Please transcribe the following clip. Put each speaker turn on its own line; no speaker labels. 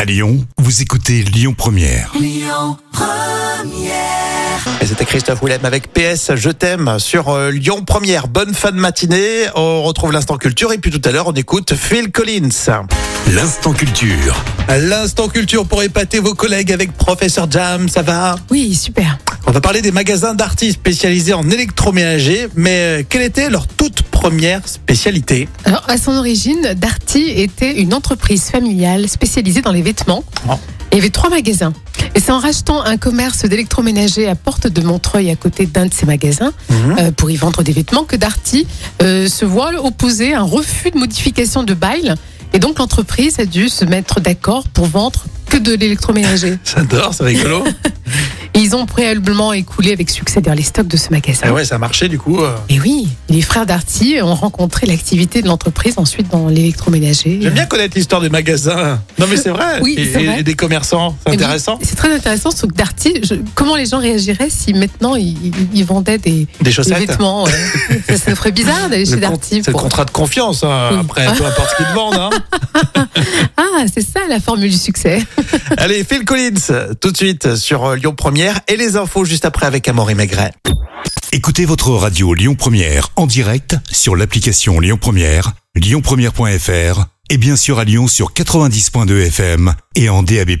À Lyon, vous écoutez Lyon Première.
Et c'était Christophe Willem avec PS Je t'aime sur euh, Lyon Première. Bonne fin de matinée. On retrouve l'instant culture et puis tout à l'heure on écoute Phil Collins.
L'instant culture.
L'instant culture pour épater vos collègues avec Professeur Jam, ça va
Oui, super.
On va parler des magasins d'artistes spécialisés en électroménager, mais euh, quelle était leur toute première spécialité
Alors, à son origine, Darty était une entreprise familiale spécialisée dans les vêtements.
Oh.
Il y avait trois magasins. Et c'est en rachetant un commerce d'électroménager à Porte de Montreuil à côté d'un de ces magasins
Mhm.
euh, pour y vendre des vêtements que Darty euh, se voit opposer un refus de modification de bail. Et donc l'entreprise a dû se mettre d'accord pour vendre que de l'électroménager.
J'adore, c'est rigolo.
Et Ils ont préalablement écoulé avec succès d'ailleurs les stocks de ce magasin.
ah ouais, ça marchait du coup. euh.
Et oui, les frères Darty ont rencontré l'activité de l'entreprise ensuite dans l'électroménager.
J'aime bien connaître l'histoire des magasins. Non mais c'est vrai.
Oui,
et,
c'est vrai.
et des commerçants, c'est
Eh bien,
intéressant.
C'est très intéressant, surtout que Darty, je- comment les gens réagiraient si maintenant ils, ils- ils vendaient des,
Des
des
chaussettes.
vêtements ouais. ça, ça ferait bizarre d'aller
Le
chez
con-
Darty.
C'est le
pour-
contrat de confiance. hein.
Oui.
Après, peu importe ce qu'ils te vendent. hein.
Ah, c'est ça la formule du succès.
Allez, Phil Collins, tout de suite sur euh, Lyon Première et les infos juste après avec Amaury Maigret.
Écoutez votre radio Lyon Première en direct sur l'application Lyon Première, lyonpremière.fr et bien sûr à Lyon sur 90.2 FM et en DAB+.